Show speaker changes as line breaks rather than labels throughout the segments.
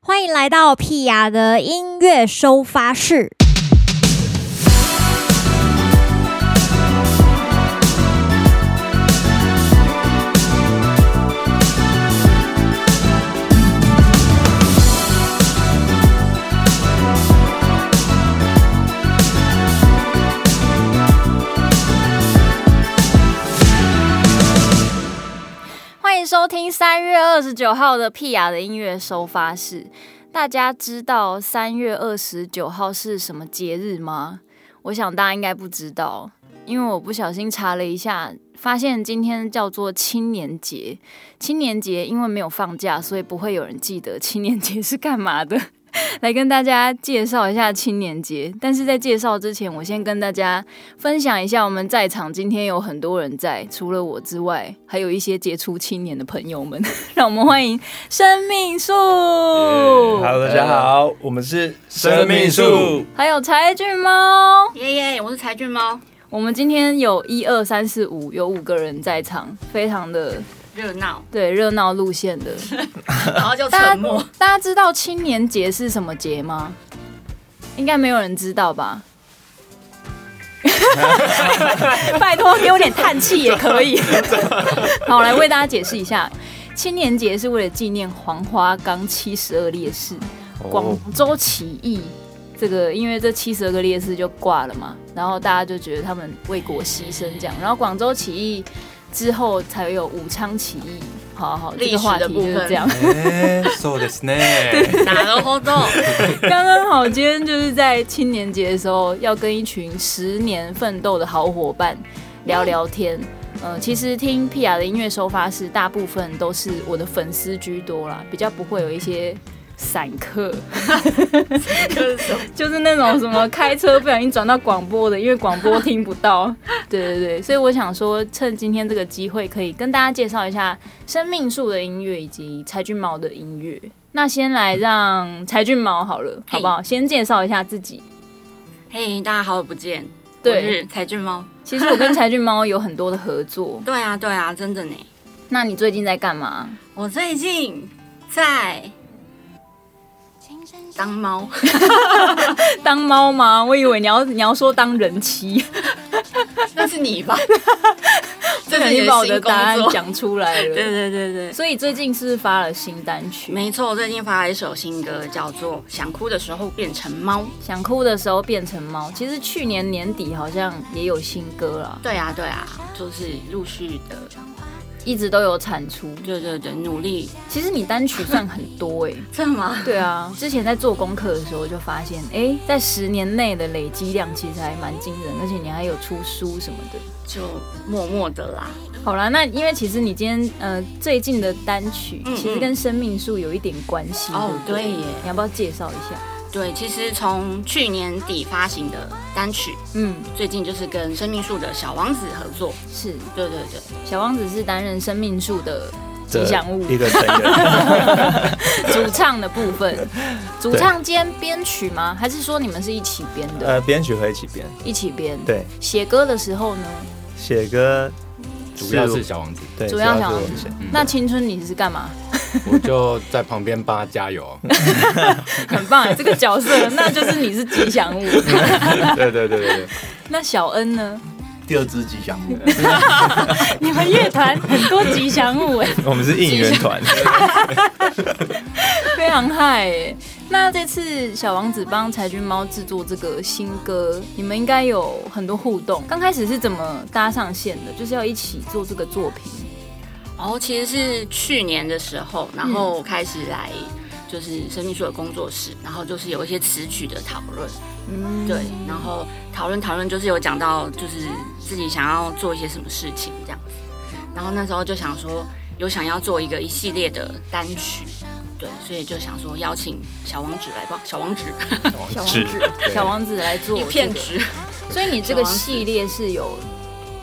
欢迎来到屁雅的音乐收发室。
欢迎收听三月二十九号的屁雅的音乐收发室。大家知道三月二十九号是什么节日吗？我想大家应该不知道，因为我不小心查了一下，发现今天叫做青年节。青年节因为没有放假，所以不会有人记得青年节是干嘛的。 来跟大家介绍一下青年节，但是在介绍之前，我先跟大家分享一下，我们在场今天有很多人在，除了我之外，还有一些杰出青年的朋友们， 让我们欢迎生命树
嗯
Hello，大家好，我们是生命树。
还有柴俊猫。
耶耶，我是柴俊猫，
我们今天有一二三四五，有五个人在场，非常的
热 闹，
对热闹路线的。
然后就
大
沉
家
默。
大家知道青年节是什么节吗？应该没有人知道吧？拜托，给我点叹气也可以。好，来为大家解释一下，青年节是为了纪念黄花岗七十二烈士、
哦
哦
广州起义。这个因为这七十二个烈士就挂了嘛，然后大家就觉得他们为国牺牲这样，然后广州起义之后才有武昌起义。好好，这
历
个
史
话
的
题就
部
是
分
这样。
哎，そうですね。
哪 个活动？
刚刚好，今天就是在青年节的时候，要跟一群十年奋斗的好伙伴聊聊天。呃，其实听 p 雅的音乐收发室，大部分都是我的粉丝居多啦，比较不会有一些散客，
就是什么？
就是那种什么开车不小心转到广播的，因为广播听不 到。对对对，所以我想说，趁今天这个机会，可以跟大家介绍一下生命树的音乐以及柴俊毛的音乐。那先来让柴俊毛好了，好不好？先介绍一下自己。
嘿、大家好久不见，
对
我是柴俊猫。。
其实我跟柴俊猫有很多的合作
对啊，对啊，真的呢。
那你最近在干嘛？
我最近在当猫，
当猫吗？我以为你要 你要说当人 妻，
那是你吧？ 这是
你
你
把我
新
的
工
答案
作。
讲出来 了。
对对对对，
所以最近是发了新单曲，
没错，我最近发了一首新歌，叫做《想哭的时候变成猫》。
想哭的时候变成猫。其实去年年底好像也有新歌啦，
对啊，对啊，就是陆续的，
一直都有产出。
对对对，努力。
其实你单曲算很多哎、
真的吗？
对啊，之前在做功课的时候就发现，哎、在十年内的累积量其实还蛮惊人，而且你还有出书什么的。
就默默的啦。
好啦，那因为其实你今天呃最近的单曲
嗯嗯
其实跟生命树有一点关系
哦，
嗯不
对耶。
你要不要介绍一下？
对，其实从去年底发行的单曲，
嗯，
最近就是跟生命树的小王子合作。
是
对对对，
小王子是担任生命树的吉祥物
一个成员，
主唱的部 分，主唱兼编曲吗？还是说你们是一起编的？
呃，编曲和一起编，
一起编。。
对，
写歌的时候呢，
写歌
主要是小王子，
对，
主要想
是我们写。
嗯
那青春你是干嘛？
我就在旁边帮他 加油。
很棒耶，这个角 色，那就是你是吉祥物。
对对对对对，
那小恩呢？
第二只吉祥 物，
你们乐团很多吉祥物哎。
我们是应援团，
非常嗨耶！那这次小王子帮柴俊猫制作这个新歌，你们应该有很多互动。刚开始是怎么搭上线的？就是要一起做这个作品。
然后哦其实是去年的时候，然后开始来就是生命树的工作室，然后就是有一些词曲的讨论，
嗯，
对，然后讨论讨论就是有讲到就是自己想要做一些什么事情这样子，然后那时候就想说有想要做一个一系列的单曲。对，所以就想说邀请小王子来帮小王子
小王
是
子，小王子来做
哦一
这个
片。直
所以你这个系列是有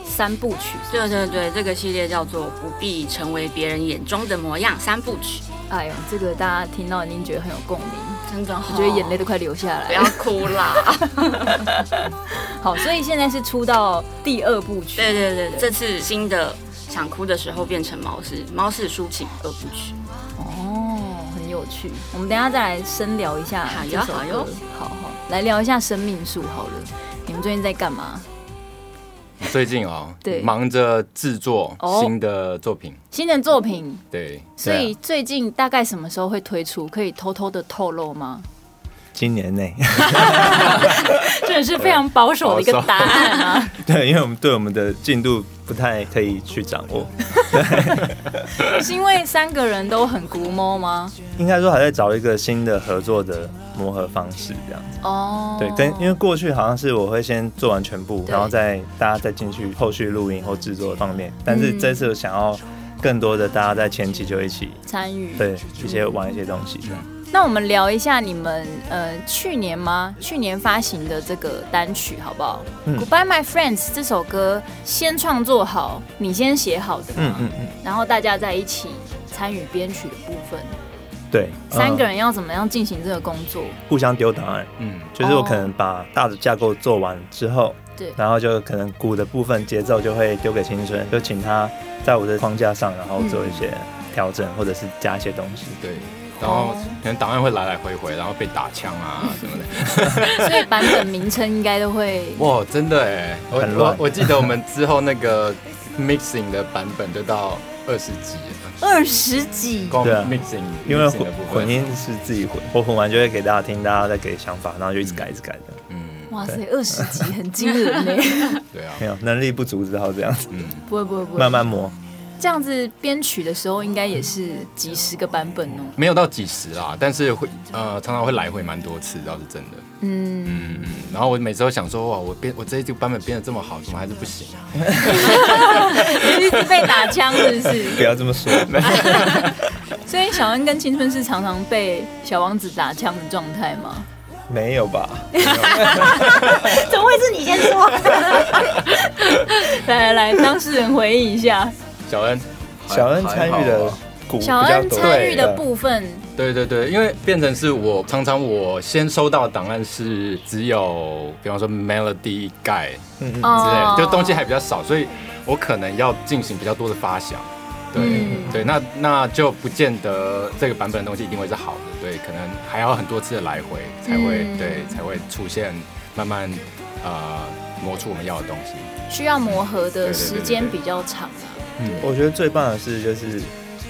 三部曲。
对对对，这个系列叫做“不必成为别人眼中的模样”三部曲，
哎呦，这个大家听到一定觉得很有共鸣，
真的、哦
我觉得眼泪都快流下
不
来
要
了。
哭啦。
好，所以现在是出到第二部曲。
对对对，这次新的想哭的时候变成猫式猫式抒情二部曲，
哦，很有趣。我们等一下再来深聊一下
好
这
哟
首歌。
好哟
好好来聊一下生命树好了。你们最近在干嘛？
最近哦，
对
忙着制作
哦
新的作品，
新的作品，
对，
所以
啊
最近大概什么时候会推出？可以偷偷的透露吗？
今年内，
这也是非常保守的一个答案 啊。
对，因为我们对我们的进度不太可以去掌握，
是因为三个人都很古摸吗？
应该说还在找一个新的合作的磨合方式，这样
哦，
对，跟因为过去好像是我会先做完全部，
对
然后再大家再进去后续录音或制作方面，但是
嗯
这次我想要更多的大家在前期就一起
参与。
对一些玩一些东西，这样
那我们聊一下你们呃去年吗？去年发行的这个单曲好不好、
嗯
g o o d b y e My Friends 这首歌先创作好，你先写好的
嗯
嘛，
嗯嗯，
然后大家在一起参与编曲的部分，
对，
三个
嗯
人要怎么样进行这个工 作？
互相丢档案。
嗯，
就是我可能把大的架构做完之后，
对
然后就可能鼓的部分节奏就会丢给青春，就请他在我的框架上，然后做一些调整、或者是加一些东
嗯
西。
对，然后
哦
可能档案会来来回回，然后被打枪啊 什么的。
所以版本名称应该都会
哇，真的哎，我
很乱
我我记得我们之后那个 mixing 的版本就到二十集了，
二十几，
光
对啊
mixing
因为
mixing
混
的部
混
分，
音是自己混，我混完就会给大家听，大家再给想法，然后就一直改，一直改的。
嗯，
哇塞，二十几很惊人 呢。
对啊，
没有能力不足，只好这样子
嗯，
不会不会不会
慢，慢磨。
这样子编曲的时候应该也是几十个版本哦。
没有到几十啦，但是会呃常常会来回蛮多次，倒是真的。
嗯。
嗯，然后我每次都想说，哇，我编我这一组版本编的这么好，怎么还是不行？
一直被打枪，是不是？
不要这么说，
所以小恩跟青春是常常被小王子打枪的状态吗？
没有吧？
怎么会是你先说？
来来来，当事人回忆一下，
小恩，
小恩参与
还好
的
啊
鼓比
小
较
恩
多，
参与的部分，
对对对，因为变成是我常常我先收到的档案是只有，比方说 melody guide
嗯嗯，
之类的
哦，
就东西还比较少，所以我可能要进行比较多的发想。对、
嗯
对，那那就不见得这个版本的东西一定会是好的，对，可能还要很多次的来回才会、
嗯
对才会出现慢慢呃磨出我们要的东西。
需要磨合的时间
对对对对
比较长。
我觉得最棒的是就是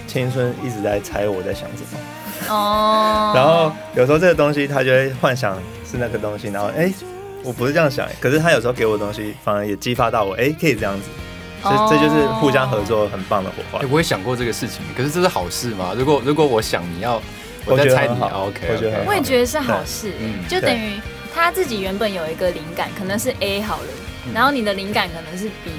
青春一直在猜我在想什么。
哦，
然后有时候这个东西他就会幻想是那个东西，然后哎、诶我不是这样想，可是他有时候给我东西，反而也激发到我，哎、可以这样子，所以
哦
这就是互相合作很棒的火花
哎、。我也想过这个事情，可是这是好事吗？如果如果我想你要，
我
在
觉得
猜
很
你
好
啊，OK，
我觉得很
我
好
也觉得是好事
对嗯，
就等于他自己原本有一个灵感，可能是 A 好了，
嗯
然后你的灵感可能是 B，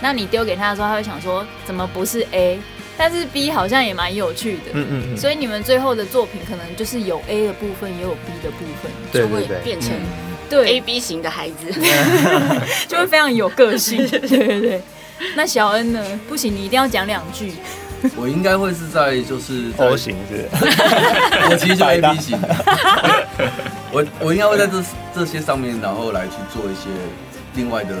那你丢给他的时候，他会想说怎么不是 A，但是 B 好像也蛮有趣的，
嗯嗯嗯，
所以你们最后的作品可能就是有 A 的部分，也有 B 的部分，
对
就
对
会
对，
变成
对
A，B 型的孩子。
嗯
就会非常有个性。 对对对。那小恩呢？不行，你一定要讲两句。
我应该会是在就是在
O 型是不是
我其实就
百
A
搭
B 型，我我应该会在这这些上面，然后来去做一些另外的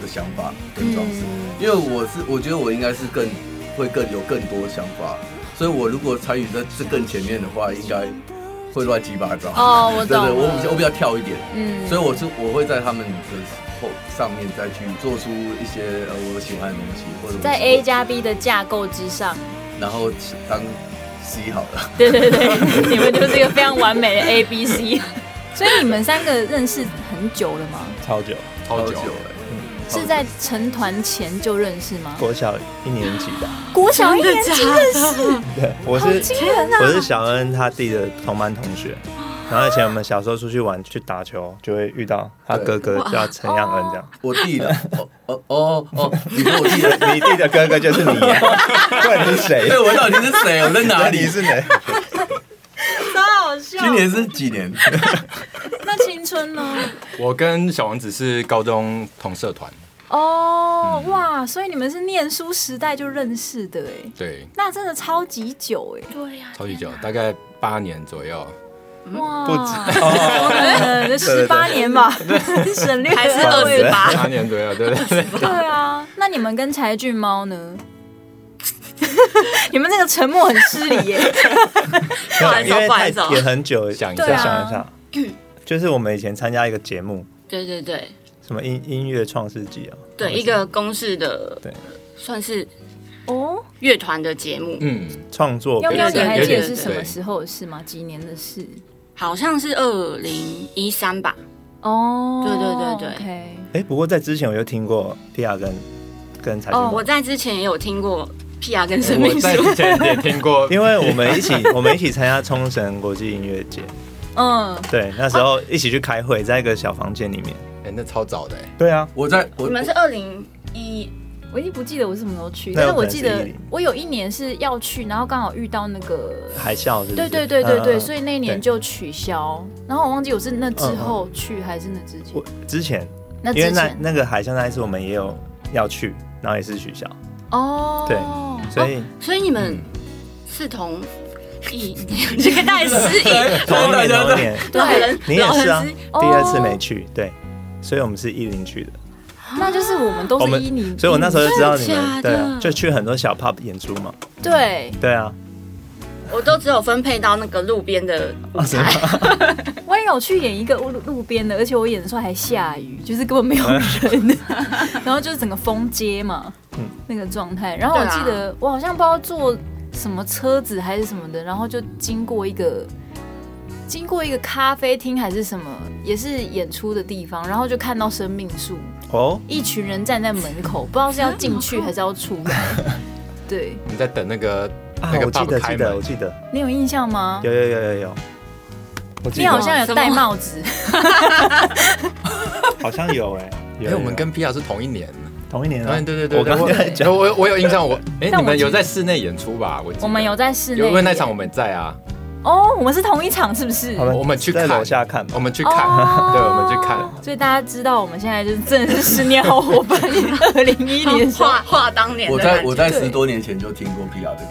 的想法跟装饰，因为我是我觉得我应该是更会更有更多想法，所以我如果参与在这更前面的话，应该会乱七八糟。
哦我懂了
对对，我比较我比较跳一点，
嗯，
所以我是我会在他们的后上面再去做出一些呃我喜欢的东西，或者我
在
喜欢
A 加 B 的架构之上，
然后当 C 好了。
对对 对，你们就是一个非常完美的 A B C。所以 你们三个认识很久了吗？
超久，
超久，
了，
是在成团前就认识吗？
国小一年级的，
国小一年级认识，
对，我是
好惊人啊！
我是小恩他弟的同班同学，
哦
然后以前我们小时候出去玩去打球，就会遇到他哥哥叫陈
哦
样恩这样。
我弟的，哦哦哦哦，你说我弟的，
你弟的哥哥就是你， 不然你是谁
对，？哎我到底是谁？我在哪
你
里？
是哪？
超好笑
今年是几年？
那青春呢？
我跟小王子是高中同社团，
哦，哇，所以你们是念书时代就认识的哎，
对，
那真的超级久哎，
对呀、
超级久，大概八年左右。
哇，
不
止，这十八年吧，省略
还是
单位
二十八？
八 年左右，对对对，
对啊，那你们跟柴俊猫呢？ 你们这个沉默很失礼耶。
不好意思
因
哦
为
不好
太
意思哦啊
也很久，
想一
下
再想一下， 就是我们以前参加一个节目，
对对对
什么音音乐创世纪啊，
对，一个公式的
对
算是
哦，
乐团的节目，
嗯，
创作比
要不要
有
你
点
赛，
还记得
有
是
点
什么
对
时候的事吗？几年的事？
好像是二零一三吧。
哦，
对对对对
OK，
哎，不过在之前我就听过 PR 跟跟财经
哦
报
我在之前也有听过屁啊跟生
我
命
在
树，
之前也 听过，
因为我们一起我们一起参加冲绳国际音乐节，
嗯，
对，那时候一起去开会，在一个小房间里面，
哎、那超早的、哎，
对啊，
我在我
你们是二零一
我已经不记得我是什么时候去，
那
但
有
是我
可能
记
是
得
10
我有一年是要去，然后刚好遇到那个。
海啸是不 是，
对对对对
嗯
对，所
以
以那一年
嗯对
就取消，然后我忘记我是那之后去还是那之前
我，之前
那
因为
之
那
前
那个海啸那一次我们也有要去，然后也是取消，
哦，
对所以
所以你们
嗯
是同 一，这个大概失忆，
同一年 同一年，
老人
你也是
老
啊
人，
哦
第二次没去，对，所以我们是一零去的，
那就是我们都
我
是
们
依你，
所以我那时
嗯
候就知道你们，
真的假的
对啊，就去很多小 pub 演出嘛，
对，
对啊，
我都只有分配到那个路边的舞台，
我也有去演一个路路边的，而且我演的时候还下雨，就是根本没有人， 然后就是整个封街嘛，
嗯
那个状态。然后我
对啊
记得我好像不知道坐什么车子还是什么的，然后就经过一个经过一个咖啡厅还是什么，也是演出的地方，然后就看到生命树，
哦，
一群人站在门口，不知道是要进去
嗯
还是要出来。 对
我们在等那个、
啊
那，个
我记
pub
得
开
记得
门
我，记得，
你有印象吗？
有有有有有，我记
你
得
好像有戴
什么
帽子，
好像有 哎，
因
有
为
有
我们跟 P R 是同一年，
同一年
同
啊
一，对对对，
我刚
对
才讲
我我我有印 象，我哎、
但我
你们有
记得
在室内演出吧？我记得
我们有在室内
有，
演，
因为那场我们在啊，
哦，我们是同一场是不是？
好了，
我们去
在
看
楼下看吧
我，们去看，
哦
对，我们去看。
所以大家知道，我们现在就是真的是十年好伙伴，二零一零 的时候，
画画当年
我
的感
在
觉。
我在
对
十多年前就听过 PR 的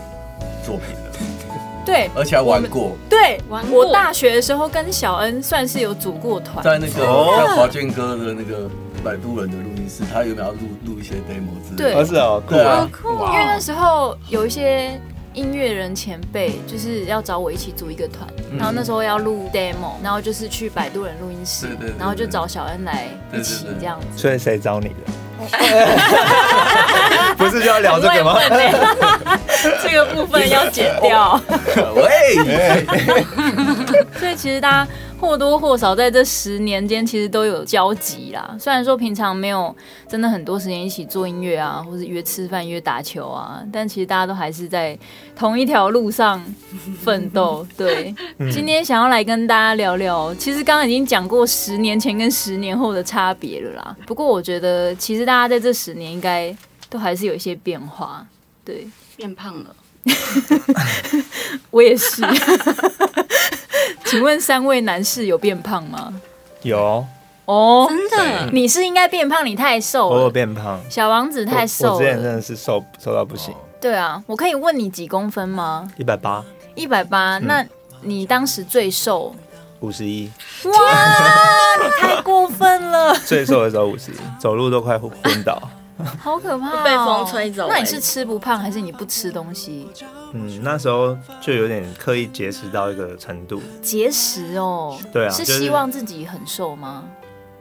作品了，
对
而且还玩过，
对，
玩过
我大学的时候跟小恩算是有组过团，
在那个
哦
在华健哥的那个摆渡人的录音室，他有没有要录录一些 demo 之类
对
的？
哦是哦，酷
对啊
啊，
酷，因为那时候有一些音乐人前辈就是要找我一起组一个团，
嗯
然后那时候要录 demo，然后就是去百度人录音室
对对对，
然后就找小恩来一起
对对对
这样子。
所以谁找你的？ 不是就要聊这个吗？
很会问欸这个部分要剪 掉。
喂，
所以其实大家或多或少在这十年间，其实都有交集啦。虽然说平常没有真的很多时间一起做音乐啊，或是约吃饭、约打球啊，但其实大家都还是在同一条路上奋斗。对，今天想要来跟大家聊聊，其实刚刚已经讲过十年前跟十年后的差别了啦。不过我觉得，其实大家在这十年应该都还是有一些变化。对，
变胖了，
我也是。请问三位男士有变胖吗？
有，
哦，
真的，
你是应该变胖，你太瘦
我有
了。
变胖，
小王子太
我
瘦
哦我之前真
了。
的是瘦瘦到不行，
哦
对啊，我可以问你几公分吗？
一百八
一百八。
嗯
那你当时最 瘦？
五十一，
哇，你太过分了，
最瘦的时候五 十一，走路都快昏倒。
好可怕、哦！
被风吹走
那你是吃不胖，还是你不吃东西？
嗯，那时候就有点刻意节食到一个程度。
节食哦。
对啊
是
就是
希望自己很瘦 吗？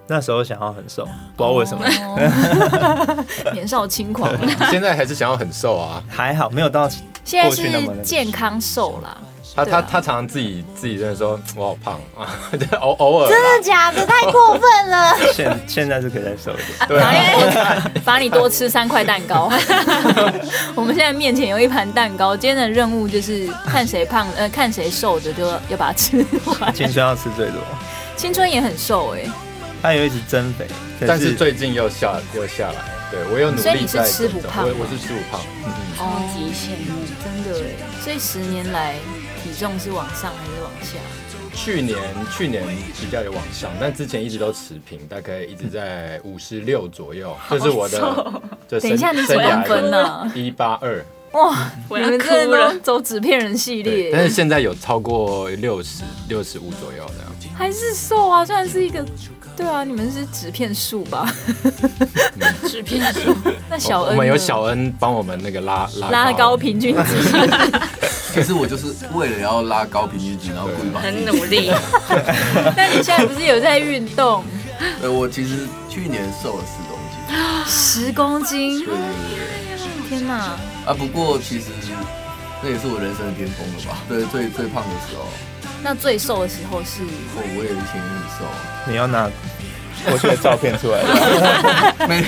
那时候想要很瘦，不知道为什么，
哦年少轻 狂。
你现在还是想要很瘦啊？
还好没有到。
现在
过去那么那
是
个
健康瘦啦。
他
对啊
他他常常自己自己真的说我好胖啊， 就偶偶尔啦
真的假的？太过分了！
现现在是可以再瘦一点。
对啊，
罚你多吃三块蛋糕。 我们现在面前有一盘蛋糕，今天的任务就是看谁胖，呃，看谁瘦的就要把它吃完。
青春要吃最多，
青春也很瘦哎、
他有一直增肥，
但是最近又下又下来，对我有努
所以
力
你是
在
吃不
增长
胖
我
吗
我是吃不胖，
超级羡慕。
真的哎、所以十年来体重是往上还是往下？
去年去年比较有往上，但之前一直都持平，大概一直在 五十六左右，这是我的。
等一下你几公分呢
一八二，
哇，
我
你
要
们
哭
真的
了
都。走纸片人系
对，但
列
是，现在有超过六十六十五左右这样，
还是瘦啊？虽然是一个，对啊，你们是纸片树吧？
纸片书，
那小
我
恩
我们有
呢
小恩帮我们那个拉拉
拉高平均值，
其实我就是为了要拉高平均值，然后故 意把自己
很努力，
但你现在不是有在运动？
呃，我其实去年瘦了四公斤，
十公斤
对，对对对
天哪！
啊，不过其实那也是我人生的巅峰了吧？对，最最胖的时候，
那最瘦的时候是
我我也以前也很瘦，
你要拿过去的照片出来，
没，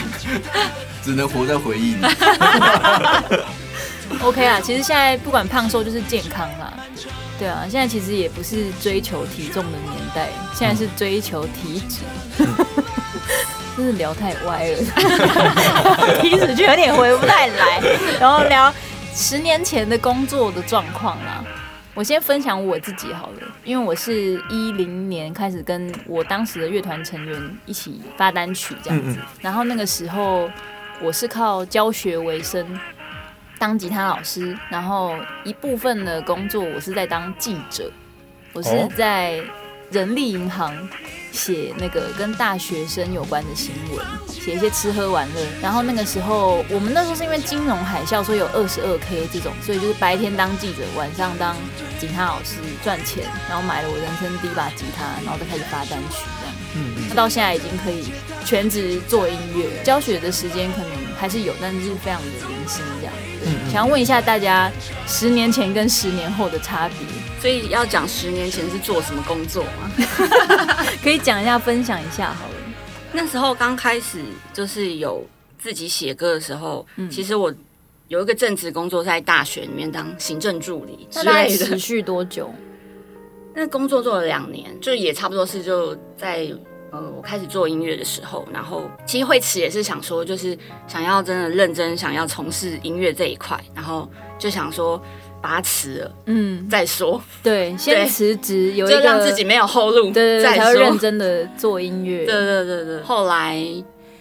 只能活在回忆里。
OK 啊。其实现在不管胖瘦就是健康啦，对啊，现在其实也不是追求体重的年代，现在是追求体脂。
嗯
真是聊太歪了， 体脂就有点回不太来。然后聊十年前的工作的状况啦。我先分享我自己好了，因为我是一零年开始跟我当时的乐团成员一起发单曲这样子，
嗯嗯
然后那个时候我是靠教学为生，当吉他老师，然后一部分的工作我是在当记者，我是
哦
在人力银行写那个跟大学生有关的新闻，写一些吃喝玩乐。然后那个时候，我们那时候是因为金融海啸，所以有二十二 k 这种，所以就是白天当记者，晚上当吉他老师赚钱，然后买了我人生第一把吉他，然后再开始发单曲这样。那到现在已经可以全职做音乐，教学的时间可能还是有，但是非常的零星这样。
嗯
对想要问一下大家，十年前跟十年后的差别，
所以要讲十年前是做什么工作吗？
可以讲一下，分享一下好了。
那时候刚开始就是有自己写歌的时候，
嗯
其实我有一个正职工作在大学里面当行政助理之
那大概
类
持
的，
续多久？
那工作做了两年，就也差不多是就在。呃，我开始做音乐的时候，然后其实惠慈也是想说，就是想要真的认真想要从事音乐这一块，然后就想说把它辞了
嗯，
再说，
对，先辞职，有一
就
个
让自己没有后路，
对对对，
再
才会
说
认真的做音乐。
对对对对，后来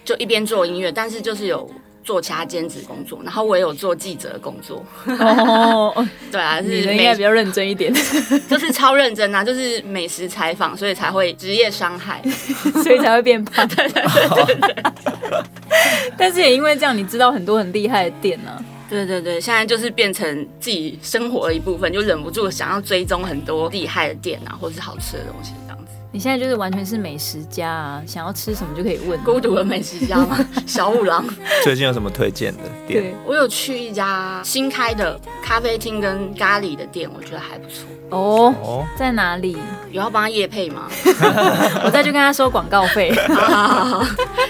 就一边做音乐，但是就是有做其他兼职工作，然后我也有做记者的工作。
哦，
对啊，是
你的应该
美
比较认真一点，
就是超认真啊，就是美食采访，所以才会职业伤害。
所以才会变胖。 对对对对。 但是也因为这样，你知道很多很厉害的店呢、啊。
对对对，现在就是变成自己生活的一部分，就忍不住想要追踪很多厉害的店啊，或是好吃的东西这样子。
你现在就是完全是美食家啊，想要吃什么就可以问。啊
孤独的美食家吗？小五郎，
最近有什么推荐的
对
店？
我有去一家新开的咖啡厅跟咖喱的店，我觉得还不错。
哦，
哦，
在哪 里？
有要帮他夜配吗？
我再去跟他收广告费。
啊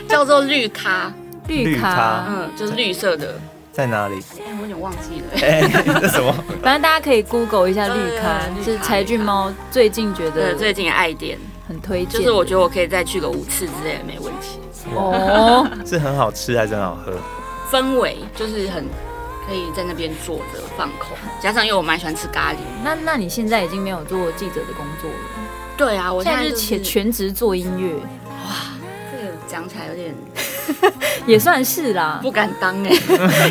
叫做绿咖，
绿
绿咖
卡，
嗯，就是绿色的。
在哪里？
哎、我有点忘记了。
哎，这什么？
反正大家可以 Google 一下绿咖
对对，对
是
绿咖
柴俊猫最近觉
对，
得
最近的爱店，
很推荐的。
就是我觉得我可以再去个五次之类的，没问题。
哦，
是很好吃还是很好喝？
氛围就是很可以在那边坐着放空，加上因为我蛮喜欢吃咖喱。
那那你现在已经没有做记者的工作了，
对啊，我
现
现
在
在
就是
就
全全职做音乐，
这个讲起来有点
也算是啦。
不敢当哎、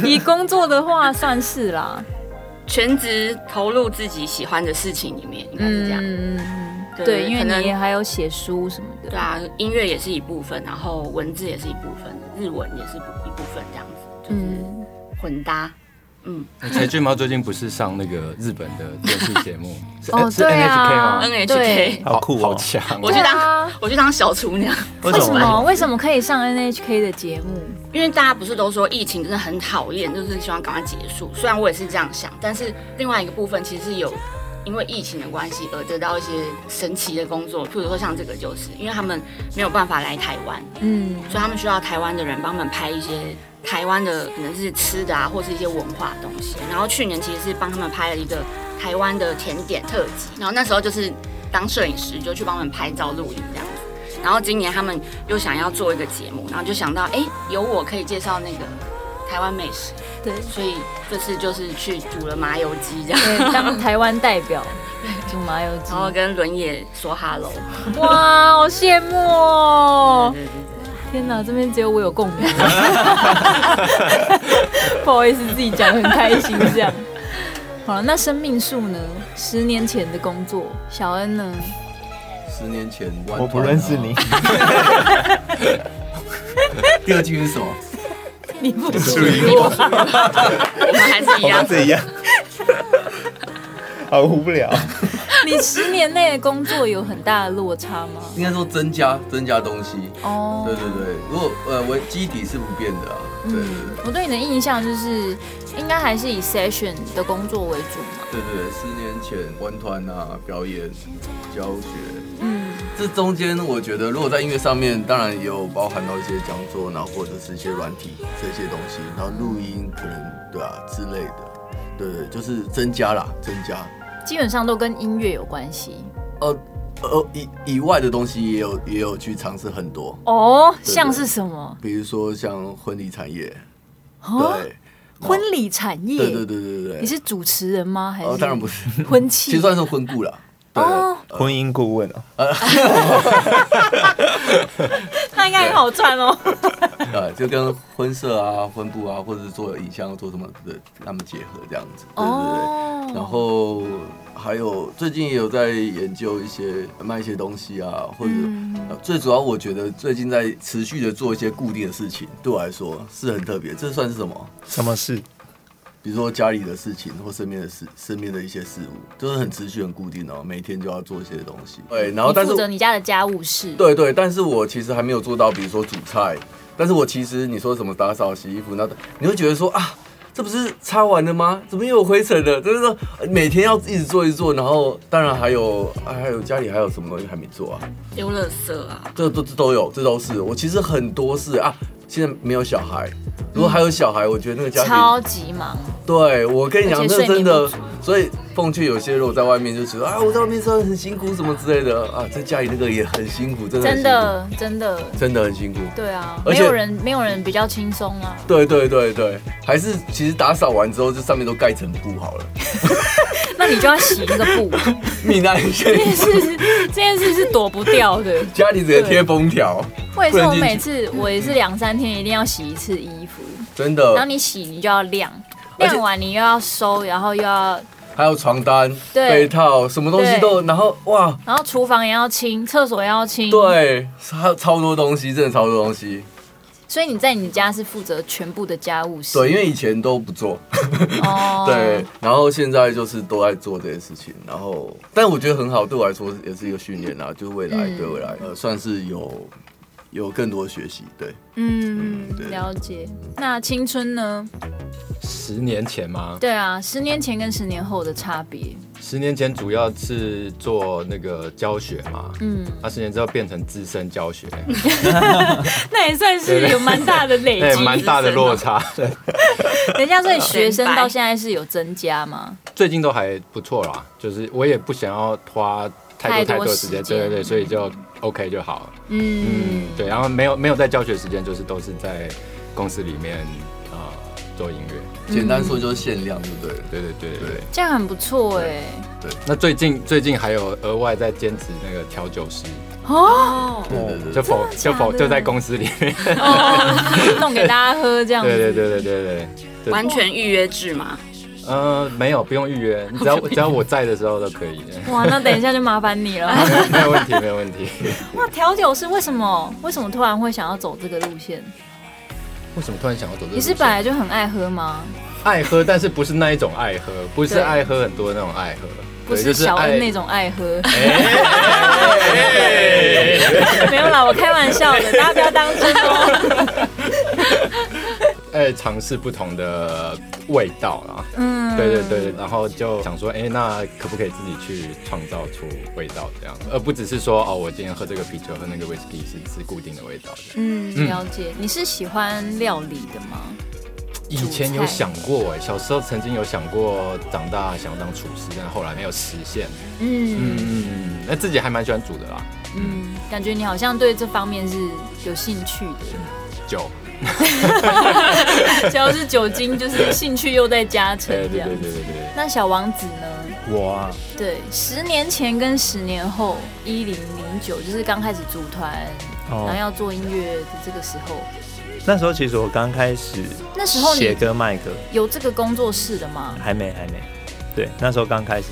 以工作的话，算是啦。
全职投入自己喜欢的事情里面，应该 是这样。
嗯，嗯嗯嗯
对
对，因为
可能
你也还有写书什么的。
对啊，音乐也是一部分，然后文字也是一部分，日文也是一部分，这样子就是
嗯，
混搭。
柴俊猫最近不是上那个日本的电视 节目？是哎
哦
是
对啊
NHK 吗？
NHK，
对
好酷
好
哦！
强哦！
我去当、
对啊
我去当小厨娘，
为
为
什
什
么？
么为什么可以上 NHK 的节目？
因为大家不是都说疫情真的很讨厌，就是希望赶快结束。虽然我也是这样想，但是另外一个部分其实有因为疫情的关系而得到一些神奇的工作，譬如说像这个就是，因为他们没有办法来台湾，
嗯，
所以他们需要台湾的人帮他们拍一些台湾的可能是吃的啊，或是一些文化的东西。然后去年其实是帮他们拍了一个台湾的甜点特辑，然后那时候就是当摄影师就去帮他们拍照录影这样子。然后今年他们又想要做一个节目，然后就想到哎、诶有我可以介绍那个台湾美食，
对，
所以这次就是去煮了麻油鸡 这样。
对当台湾代表煮麻油鸡
然，后跟轮野说哈喽，
哇，好羡慕哦！
对对对，
天哪，这边只有我有共 鸣，不好意思，自己讲得很开心这样。好了，那生命树呢？十年前的工作，小恩呢？
十年前，啊
我不认识 你。。
第二句是什 么？
你不
属于我，
我们还是一
我
样
们。是一样。 好无聊，
你十年内的工作有很大的落差吗？
应该说增加增加东西。
哦
对对对，如果呃，我基底是不变的啊。对对对。
嗯我对你的印象就是，应该还是以 session 的工作为主嘛。
对对，对，十年前玩团啊，表演、教学，
嗯，
这中间我觉得，如果在音乐上面，当然也有包含到一些讲座，然后或者是一些软体这些东西，然后录音可能对啊之类的，对对，就是增加啦，增加。
基本上都跟音乐有关系
呃呃，以以外的东西也有也有去尝试很多，
哦。
对
像是什么？
比如说像婚礼产业，
哦，
对，
婚礼产业。
对对对对对
你
对，
是主持人吗？还是？
哦，当然不是，
婚
其
庆。
实算是婚顾啦。 对，
哦
婚姻顾问哦，
那应该很好赚哦。
呃，就跟婚摄啊、婚布啊，或者是做影像、做什么的，他们结合这样子，对对对。
哦
然后还有最近也有在研究一些卖一些东西啊，或者、
嗯
呃最主要我觉得最近在持续的做一些固定的事情，对我来说是很特别。这算是什么？
什么事？
比如说家里的事情或身边的事，身边的一些事物，就是很持续、很固定哦，每天就要做一些东西。对，然后但
你
是
负责你家的家务事。
对对，但是我其实还没有做到，比如说煮菜，但是我其实你说什么打扫、洗衣服，那你会觉得说啊，这不是擦完了吗？怎么又有灰尘了？就是说呃每天要一直做一直做，然后当然还有、啊、还有家里还有什么东西还没做啊，
丢垃圾啊，
这都这都有，这都是我其实很多事啊。现在没有小孩，如果还有小孩，我觉得那个家庭
超级忙，
对，我跟你讲，
而且
这
睡
真
眠
的
不足，
所以奉劝有些如果在外面就觉得啊，我在外面真的很辛苦什么之类的啊，在家里那个也很辛苦，真的很
真
辛苦
的真的，
真的很辛苦。
对啊，
而
没
且
有人没有人比较轻松啊。
对对对对，还是其实打扫完之后，这上面都盖成布 好了。
那你就要洗那个布，
闽南人
这件事这件事是躲不掉的。
家里直接贴封条，
我也是，
不能
我
进去
每次我也是两三天一定要洗一次衣服，
真
然后
的。
你洗你就要晾，
呃而且
晾完你又要收，然后又要，
还有床单、
对
被套，什么东西都有，然后哇，
然后厨房也要清，厕所也要清。，
对，超超多东西，真的超多东西。
所以你在你家是负责全部的家务事。
对，因为以前都不做，
哦
对，，然后现在就是都在做这些事情，然后但我觉得很好，对我来说也是一个训练啊，就是未来
嗯
对未来呃算是有有更多学习，对，
嗯
嗯对，
了解。那青春呢？
十年前吗？
对啊，十年前跟十年后的差别。
十年前主要是做那个教学嘛，
嗯，
那十年之后变成资深教学，
那也算是有蛮大的 累
哎
那也
积。
哎蛮大的
哦
落差。
人家所以学生到现在是有增加吗？
最近都还不错啦，就是我也不想要花太
太
多太
多
多时间，
时间
对对对，所以就 OK 就好了。
嗯
嗯，，对，然后没有没有在教学时间，就是都是在公司里面啊、呃做音乐。
简单说就是限量，对不对了？
对对对对对。
这样很不错哎、
那最近最近还有额外在兼职那个调酒师，
哦，
对对对
就否
真的
就否
假的
就在公司里面。
弄给大家喝这样子。
对对对对对对。对
完全预约制嘛，
呃，没有，不用预约，你只要只要我在的时候都可以，
哇，那等一下就麻烦你了。
没有没有问题，没有问题。
哇，调酒师为什么为什么突然会想要走这个路线？
为什么突然想要走这个
你
路线？
是本来就很爱喝吗？
爱喝，但是不是那一种爱喝，不是
对
爱喝很多那种爱喝，
不
对
是小恩那。
就是爱
种爱喝，
哎
没有啦，我开玩笑的，大家不要当真 哦。
哎，尝试不同的味道啦，
嗯，
对对对，然后就想说，哎，那可不可以自己去创造出味道这样，而不只是说哦，我今天喝这个啤酒，喝那个威士忌是是固定的味道的。
嗯，了解。你是喜欢料理的吗？
以前有想过哎，小时候曾经有想过长大想要当厨师，但后来没有实现。
嗯
嗯，那自己还蛮喜欢煮的啦，
嗯，感觉你好像对这方面是有兴趣的，
酒。
只要是酒精，就是兴趣又在加成
对
这
对
样
对。对对对。
那小王子呢？
我啊，
对，十年前跟十年后，一零零九就是刚开始组团，然后
哦，
要做音乐的这个时候，
那时候其实我刚开始
那时候
写
你
歌卖歌，
有这个工作室的吗？
还没还没，对，那时候刚开始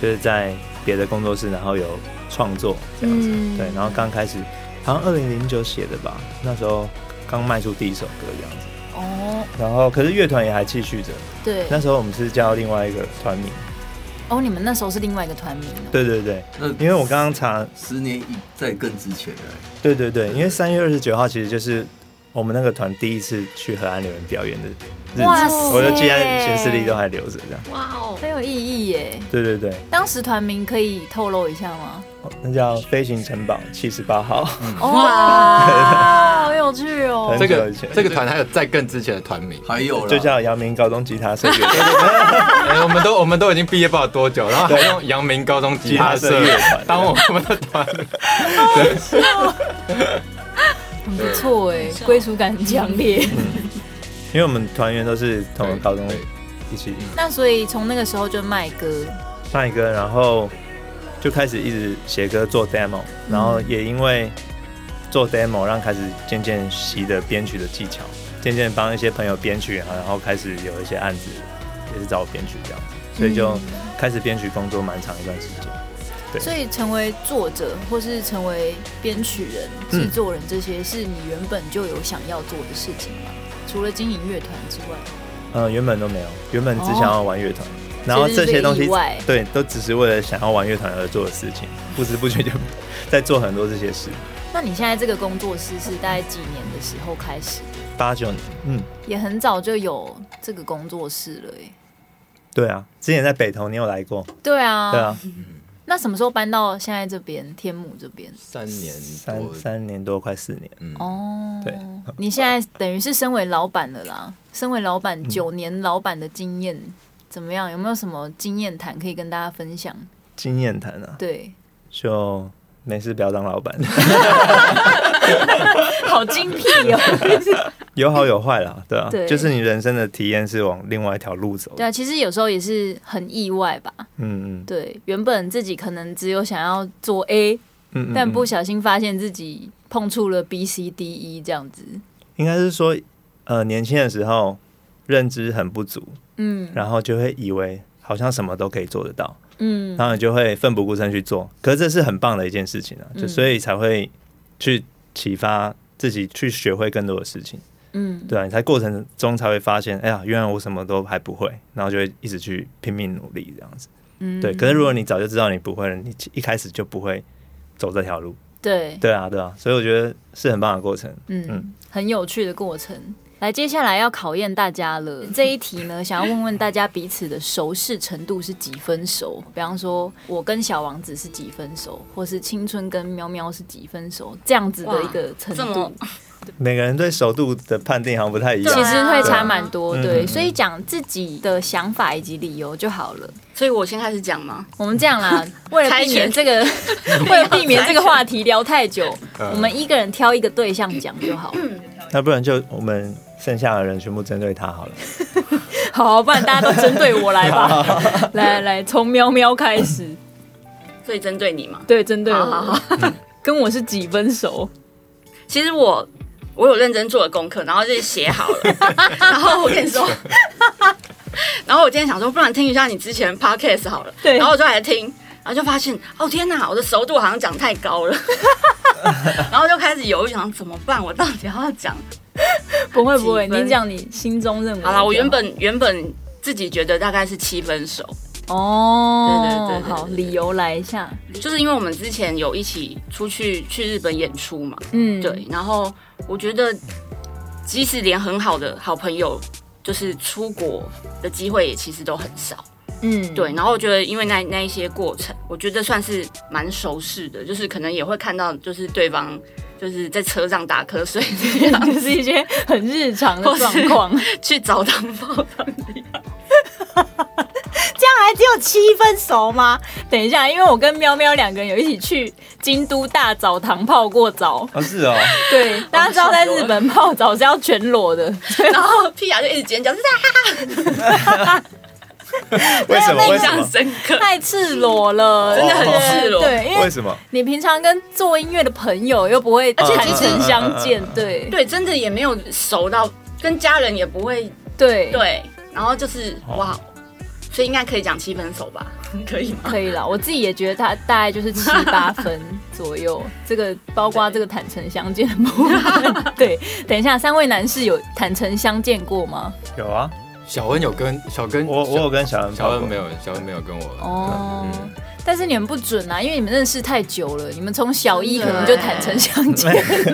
就是在别的工作室，然后有创作这样子，
嗯
对，然后刚开始好像二零零九写的吧，那时候刚卖出第一首歌这样子，
哦，
然后可是乐团也还继续着，
对，
那时候我们是叫另外一个团名，
哦，你们那时候是另外一个团名哦，
对对对，
那
因为我刚刚查，
十年以在更之前的，，
对对对，因为三月二十九号其实就是我们那个团第一次去河岸留言表演的日
哇
子，
塞
我就记在显示力都还留着这样，
哇哦，
很有意义耶。
对对对，
当时团名可以透露一下吗？
那叫飞行城堡七十八号。
嗯 哇，好有趣哦！
这
很久
个
以前
这个团还有在更之前的团名
还有啦
就叫阳明高中吉他社乐 团
哎、我们都我们都已经毕业不了多久，然后还用阳明高中吉他
吉
社
他社乐团
当我们的团，
很不错哎，归属感很强烈。
嗯因为我们团员都是同个高中
对
一起
那所以从那个时候就卖歌，
唱歌，然后就开始一直写歌做 demo，然
嗯
后也因为做 demo 让开始渐渐习得编曲的技巧，渐渐帮一些朋友编曲，啊然后开始有一些案子也是找我编曲这样子，所以
嗯
就开始编曲工作蛮长一段时间。对
所以成为作者或是成为编曲人、
嗯
制作人，这些是你原本就有想要做的事情吗？除了经营乐团之外，
嗯，原本都没有，原本只想要玩乐团。然后
所以哦就是
这些东
这个
西
意外，
对，都只是为了想要玩乐团而做的事情，不知不觉就在做很多这些事。
那你现在这个工作室是大概几年的时候开始？
八九年，嗯，
也很早就有这个工作室了耶。
对啊，之前在北投你有来过，
对啊，
对啊，
那什么时候搬到现在这边天母这边？
三年
三
多，
三年多快四年，
嗯，
哦，
对，嗯
你现在等于是身为老板了啦，身为老板九年老板的经验怎么样？有没有什么经验谈可以跟大家分享？
经验谈啊，
对，
就没事不要当老板，
好精辟哦。
有好有坏啦，对啊，
嗯对
就是你人生的体验是往另外一条路走
对
的，
啊，其实有时候也是很意外吧。
嗯嗯
对，原本自己可能只有想要做 A，
嗯嗯，
但
嗯
不小心发现自己碰触了 B、C、D、E 这样子。
应该是说，呃，年轻的时候认知很不足，
嗯
然后就会以为好像什么都可以做得到，
嗯，
然后你就会奋不顾身去做。可是这是很棒的一件事情啊，就
嗯
所以才会去启发自己去学会更多的事情，
嗯，
对啊，你在过程中才会发现，哎呀，原来我什么都还不会，然后就会一直去拼命努力这样子。
嗯
对，可是如果你早就知道你不会了，你一开始就不会走这条路。
对，
对啊，对啊，所以我觉得是很棒的过程。
嗯
嗯，
很有趣的过程。来，接下来要考验大家了。
嗯
这一题呢，想要问问大家彼此的熟识程度是几分熟？比方说，我跟小王子是几分熟，或是青春跟喵喵是几分熟，这样子的一个程
这
度
么，
每个人对熟度的判定好像不太一
其
样。
实会差蛮多。
对啊
对，
嗯
所以讲自己的想法以及理由就好了。
所以我先开始讲吗？
我们这样啦，为了
猜
避免
拳
这 个，为了避免这个话题聊太久，
嗯
我们一个人挑一个对象讲就好。
嗯
那不然就我们剩下的人全部针对他好了。
好，不然大家都针对我来 吧。来来，从喵喵开始，
所以针对你嘛。
对，针对我，
好好
跟我是几分熟？
其实我我有认真做了功课，然后就是写好 了。然后我跟你说，然后我今天想说，不然听一下你之前 podcast 好了。
对
然后我就来听，然后就发现，哦天哪，我的熟度好像讲太 高了。然后就开始犹豫，想怎么办？我到底要不要讲？
不会不会，
几分
你讲你心中认为就。
好啦，我原本原本自己觉得大概是七分熟，
哦，
对对对对对
好，
对
理由来一下，
就是因为我们之前有一起出去去日本演出嘛。
嗯，
对，然后我觉得，即使连很好的好朋友，就是出国的机会也其实都很少。
嗯，
对，然后我觉得因为那那一些过程，我觉得算是蛮熟识的，就是可能也会看到，就是对方就是在车上打瞌睡这 样，
就是一些很日常的
或是
状况，
去澡堂泡汤的样子。
这样还只有七分熟吗？等一下，因为我跟喵喵两个人有一起去京都大澡堂泡过澡，
哦，是 哦，
对，大家知道在日本泡 澡是要全裸的，
然后屁雅就一直尖叫，是啊，
为什么？为什
印象
么？
深 刻，
太赤裸了，
真的很
对
赤裸
啊对，因为
为什么？
你平常跟做音乐的朋友又不会
而且
坦
其实
诚相见，对
对，真的也没有熟到跟家人也不会
对，
对，然后就是
哦
哇，所以应该可以讲七分熟吧？ 可以吗？
可以了。我自己也觉得他大概就是七八分左右，这个包括这个坦诚相见的部 分。对，等一下，三位男士有坦诚相见过吗？
有啊，
小恩有跟小跟
我我有跟小恩
小
跑
恩
过
没，有小恩没有跟我
哦。
嗯
但是你们不准啊，因为你们认识太久了，你们从小一可能就坦诚相见。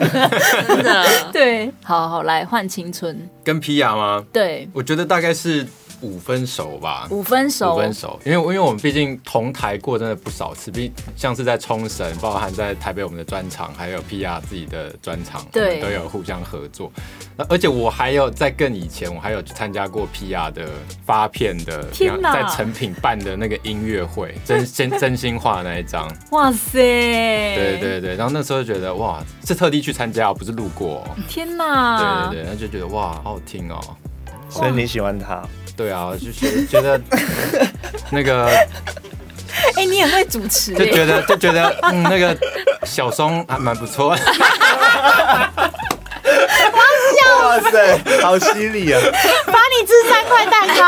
真的
对，好好来换青春，
跟皮亚吗？
对，
我觉得大概是五分熟吧。
五分熟，
五分熟，因为因为我们毕竟同台过真的不少次，毕像是在冲绳，包含在台北我们的专场，还有 PR 自己的专场，
对
我们都有互相合作。那而且我还有在更以前，我还有参加过 PR 的发片的，
天哪
在成品办的那个音乐会，真真真心话那一 张，
哇塞，
对
对，
对对。然后那时候就觉得哇，是特地去参加，不是路过、哦。
天哪，
啊
对对对，那就觉得哇，好好听哦。
所以你喜欢他？
对啊，就觉得 觉得那个，
哎、你很会主持、
就
欸，
觉得就觉得嗯，那个小松还蛮不 错。
哇塞，好犀利啊！
罚你吃三块蛋糕。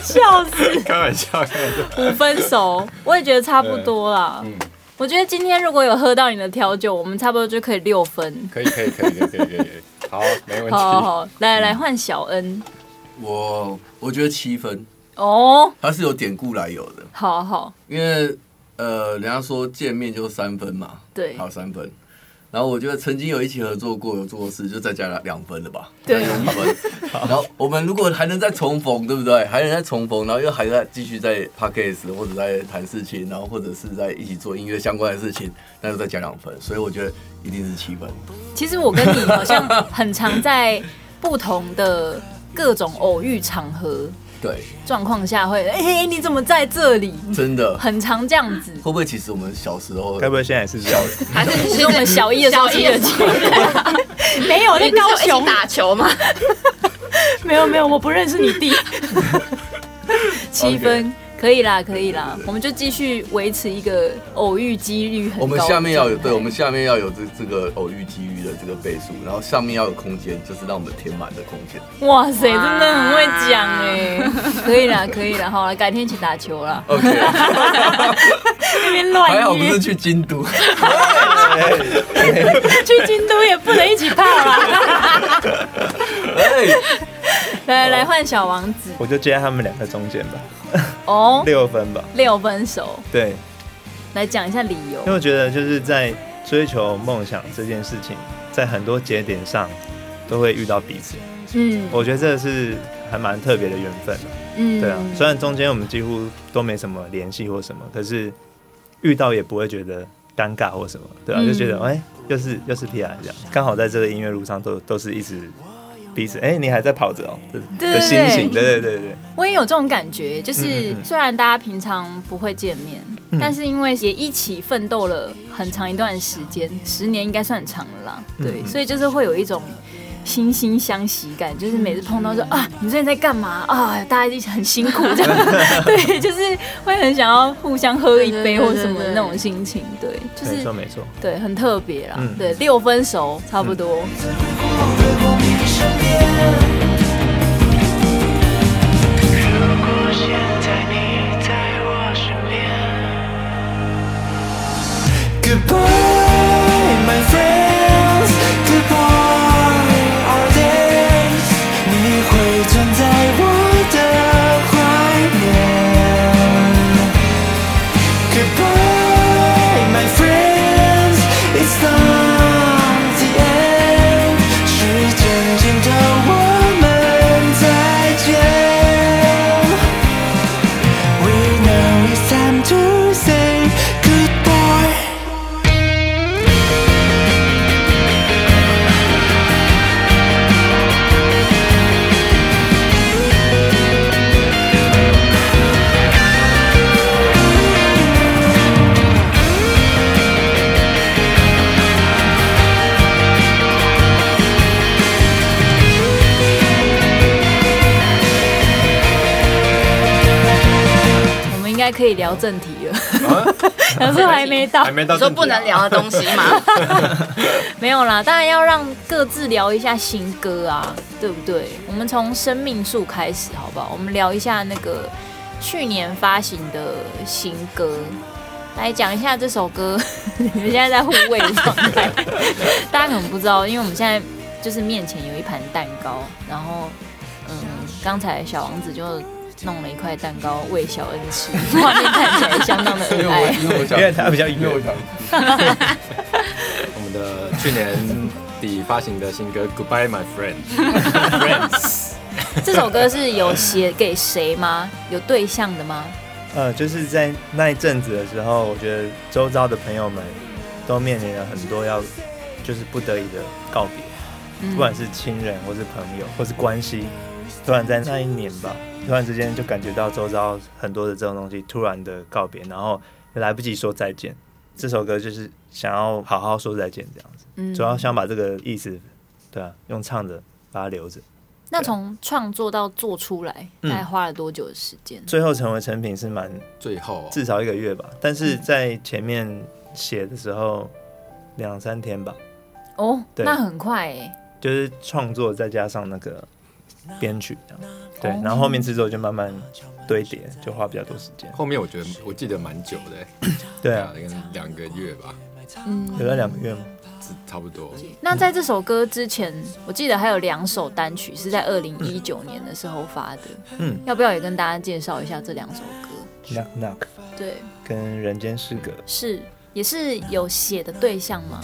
笑 死，
开玩笑，开玩笑。
五分熟，我也觉得差不多啦。
嗯
我觉得今天如果有喝到你的调酒，我们差不多就可以六分。
可以可以可以可以可以可以可以，好，没问
好好
题。
好，来来换小恩
我我觉得七分，
哦，
它是有典故来由的，
好好，
因为呃，人家说见面就三分嘛，
对
好三分。然后我觉得曾经有一起合作过，有做过事，就再加了两分了吧，
对
再有一分。然后我们如果还能再重逢，对不对？还能再重逢，然后又还在继续在 podcast 或者在谈事情，然后或者是在一起做音乐相关的事情，那就再加两分。所以我觉得一定是七分。
其实我跟你好像很常在不同的各种偶遇场合
对，
状况下会， 哎、你怎么在这里？
真的。
很常这样子。
会不会其实我们小时候
该不会现在也是这样？
还是你
其实我们小一的时候
小一
记得
的
起来， 没有在高
一起
雄，
打球嘛？
没有没有，我不认识你 弟。七分可以啦，可以啦，我们就继续维持一个偶遇几率很高。
我们下面要有，对，我们下面要有这这个偶遇机遇的这个倍数，然后上面要有空间，就是让我们填满的空 间。
哇塞，真的很会讲哎， 可以啦，可以啦，好了，改天一起打球啦，
OK，
那边乱
还好不
约
是，去京 都，
去京都也不能一起泡啦。
哎，
来来换小王子
我就接在他们两个中间吧，
哦，
六分吧。
六分手，
对，
来讲一下理由
因为。我觉得就是在追求梦想这件事情，在很多节点上都会遇到彼此，
嗯
我觉得这是还蛮特别的缘分啊。
嗯
对啊，虽然中间我们几乎都没什么联系或什么，可是遇到也不会觉得尴尬或什么，对啊，
嗯
就觉得哎、又是又是 P R 这样，刚好在这个音乐路上都都是一直彼此哎、你还在跑着哦的
对
的心
对
情，对对对对，
我也有这种感觉，就是
嗯嗯嗯
虽然大家平常不会见面，
嗯
但是因为也一起奋斗了很长一段时间，十年应该算很长了啦，对，
嗯嗯
所以就是会有一种惺惺相惜感，就是每次
嗯
碰到说啊，你最近在干嘛啊？大家一起很辛 苦这样，对，就是会很想要互相喝一杯或什么的那种心情，对，就
没
是
错没错，
对，很特别啦，
嗯
对，六分熟差不多。
如果现在你在我身边，Goodbye my friends，Goodbye our days，你会存在我的怀念。Goodbye my friends，It's not the end，时间尽头，我们再见。We know it's time to say goodbye. 如
可以聊正题了，
啊
可是还没到
还，没到
你说
正题啊
不能聊的东西嘛，
没有啦，当然要让各自聊一下新歌啊，对不对？我们从生命树开始，好不好？我们聊一下那个去年发行的新歌，来讲一下这首歌。 你们现在在互慰的状态，大家可能不知道，因为我们现在就是面前有一盘蛋糕，然后嗯，刚才小王子就。弄了一块蛋糕喂小恩吃，画面看起来相当的
因为
可
我
爱。
因为我想，
哎因为它比较远
因为我想，
我们的去年底发行的新歌《Goodbye My Friend》，Friends，
这首歌是有写给谁吗？有对象的吗？
呃，就是在那一阵子的时候，我觉得周遭的朋友们都面临了很多要，就是不得已的告别，不管是亲人或是朋友或是关系，突然在那一年吧，突然之间就感觉到周遭很多的这种东西突然的告别，然后也来不及说再见。这首歌就是想要好好说再见这样子，
嗯
主要想把这个意思，对啊，用唱的把它留着。
那从创作到做出来，大
嗯
概花了多久的时间？
最后成为成品是蛮
最后
至少一个月吧，但是在前面写的时候两三天吧，
哦，
对
那很快哎，
就是创作再加上那个编曲这样，对，然后后面制作就慢慢堆叠，就花比较多时间，
后面我觉得我记得蛮久的欸，
对
大
啊，
概两个月吧，
嗯。
有了两个月吗？
是差不多。
那在这首歌之前，我记得还有两首单曲是在二零一九年的时候发的，
嗯，
要不要也跟大家介绍一下这两首歌？
Knock Knock
对，
跟人间失格，
是也是有写的对象吗？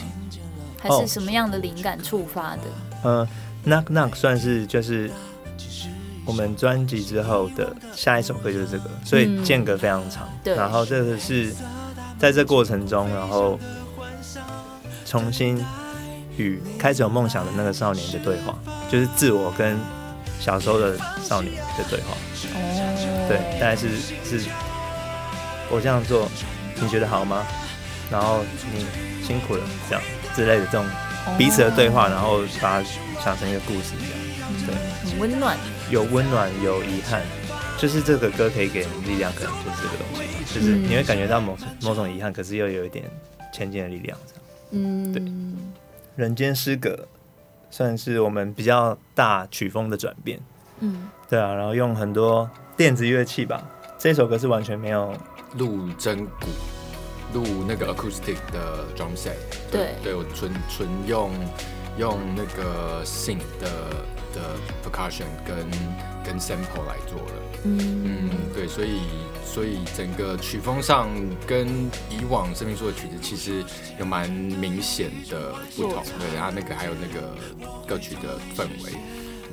还是
哦
什么样的灵感触发的？
嗯、k n o c k Knock 算是就是我们专辑之后的下一首歌就是这个，所以
嗯
间隔非常长。
对
然后这个是在这过程中，然后重新与开始有梦想的那个少年的对话，就是自我跟小时候的少年的对话。
哦
对，大概是是，我这样做你觉得好吗？然后你辛苦了，这样之类的这种彼此的对话，然后把它想成一个故事这样。
很温暖。
有温暖，有遗憾，就是这个歌可以给人力量，可能就是这个东西吧，就是
嗯
你会感觉到某种某种遗憾，可是又有一点前进的力量。这样，
嗯，
对人间失格算是我们比较大曲风的转变，
嗯，
对啊，然后用很多电子乐器吧。这首歌是完全没有，
录真鼓，录那个 acoustic 的 drum set，
对
对我纯纯用用那个 synth 的的 percussion 跟跟 sample 来做的，嗯对，所以所以整个曲风上跟以往生命树的曲子其实有蛮明显的不同，对，然后那个还有那个歌曲的氛围。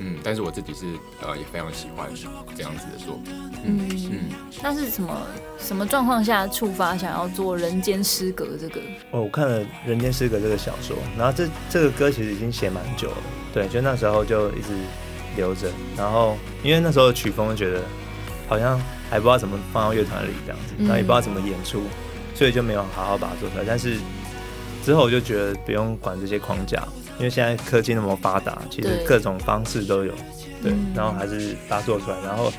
嗯，但是我自己是呃也非常喜欢这样子的作品，嗯嗯，
那是什么什么状况下触发想要做《人间失格》这个？
哦我看了《人间失格》这个小说，然后这这个歌其实已经写蛮久了，对，就那时候就一直留着，然后因为那时候的曲风觉得好像还不知道怎么放到乐团里这样子，
嗯
然后也不知道怎么演出，所以就没有好好把它做出来。但是之后我就觉得不用管这些框架，因为现在科技那么发达，其实
对
各种方式都有，对
嗯，
然后还是把它做出来，然后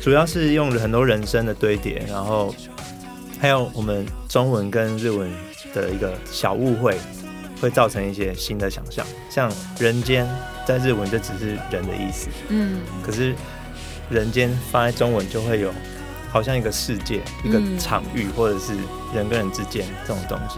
主要是用了很多人声的堆叠，然后还有我们中文跟日文的一个小误会，会造成一些新的想象，像人间在日文就只是人的意思，
嗯，
可是人间放在中文就会有好像一个世界、一个
嗯
场域，或者是人跟人之间这种东西，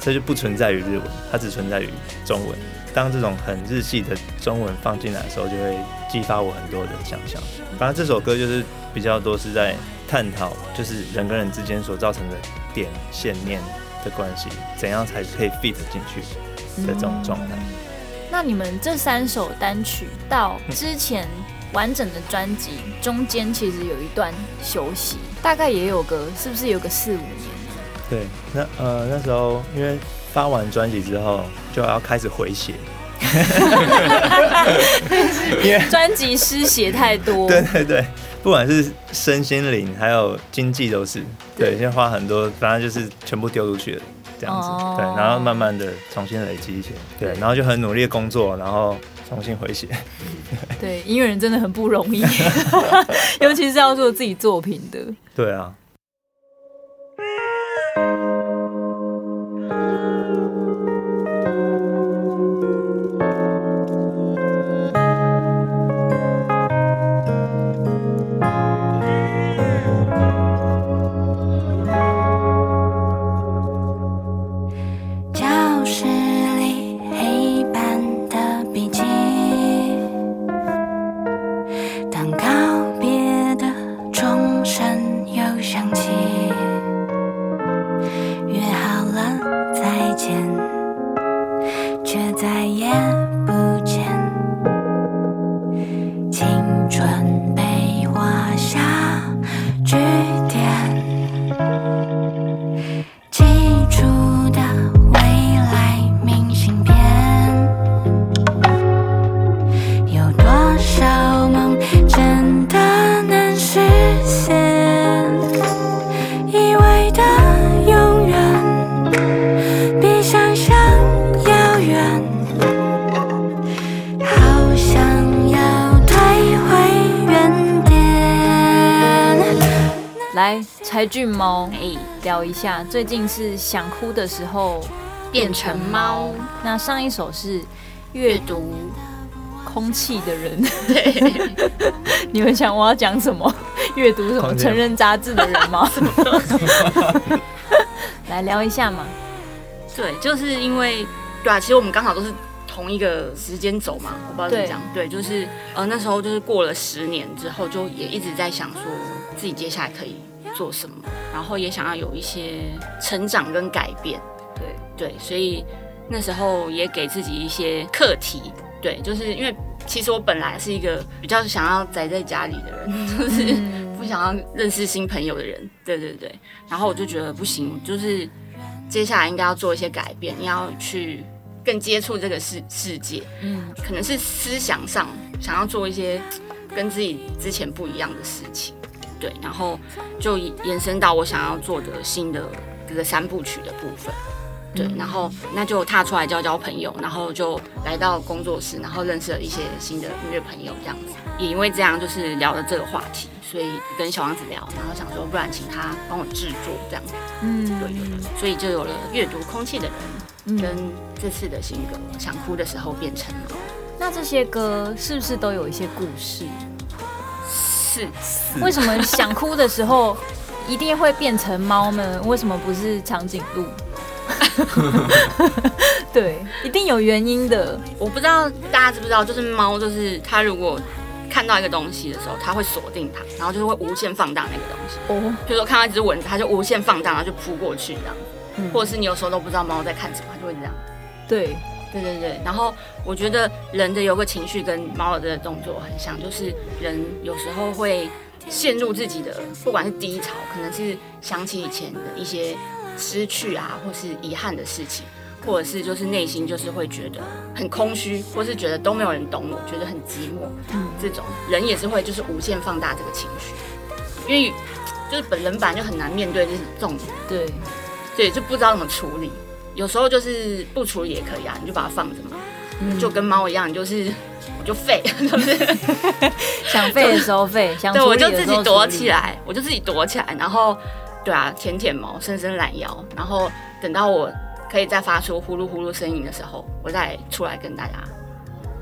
这就不存在于日文，它只存在于中文。当这种很日系的中文放进来的时候，就会激发我很多的想象。反正这首歌就是比较多是在探讨，就是人跟人之间所造成的点、线、面的关系，怎样才可以 fit 进去的这种状态。
那你们这三首单曲到之前完整的专辑中间，其实有一段休息，大概也有个是不是有个四五年？
对，那呃那时候因为发完专辑之后就要开始回写，因为
专辑失血太多，
对对对，不管是身心灵还有经济都是，对，先花很多，反正就是全部丢出去了。这样子，
哦
对，然后慢慢的重新累积一些，对，然后就很努力的工作，然后重新回写，
对，音 乐人真的很不容易，尤其是要做自己作品的。
对啊，
却再也不见。青春被画下句点，寄出的未来明信片，有多少梦真的能实现？以为的永远。比想象遥远，好想要退回原点。
来，柴俊猫
哎、
聊一下，最近是想哭的时候
变成猫，
那上一首是
阅读
空气的人， 你们想我要讲什么？阅读什么
空气
成人杂志的人 吗？ 来聊一下嘛。
对，就是因为对啊，其实我们刚好都是同一个时间走嘛，我不知道怎么
对
讲。对，就是呃那时候就是过了十年之后，就也一直在想说自己接下来可以做什么，然后也想要有一些成长跟改变。
对
对，所以那时候也给自己一些课题。对，就是因为其实我本来是一个比较想要宅在家里的人， 就是不想要认识新朋友的人。对对对，然后我就觉得不行，就是接下来应该要做一些改变，你要去更接触这个世世界。嗯，可能是思想上想要做一些跟自己之前不一样的事情。对，然后就延伸到我想要做的新的这个三部曲的部分。对，然后那就踏出来交交朋友，然后就来到工作室，然后认识了一些新的音乐朋友，这样子。也因为这样，就是聊了这个话题，所以跟小王子聊，然后想说，不然请他帮我制作这样子。
嗯，
对对对，所以就有了阅读空气的人，跟这次的新歌《想哭的时候变成了
那这些歌是不是都有一些故事？
是
为什么想哭的时候一定会变成猫呢？为什么不是长颈 鹿？对，一定有原因的。
我不知道大家知不知道，就是猫，就是它如果看到一个东西的时候，它会锁定它，然后就是会无限放大那个东西。
哦，
比如说看到一只蚊子，它就无限放大，然后就扑过去这样。或者是你有时候都不知道猫在看什么，它就会这样。
对，
对对对，然后我觉得人的有个情绪跟猫的动作很像，就是人有时候会陷入自己的，不管是低潮，可能是想起以前的一些失去啊，或是遗憾的事情，或者是就是内心就是会觉得很空虚，或是觉得都没有人懂我，觉得很寂寞，这种人也是会就是无限放大这个情绪，因为就是本人本来就很难面对这种
对，
对，就不知道怎么处理。有时候就是不处理也可以啊，你就把它放着嘛，
嗯
就跟猫一样，你就是我就废， 就是
想废的时候废，想
对
处
我
理
就
的
自
时候
己躲
处理
起。来，我就自己躲起来，然后对啊，舔舔毛，伸伸懒腰，然后等到我可以再发出呼噜呼噜声音的时候，我再出来跟大家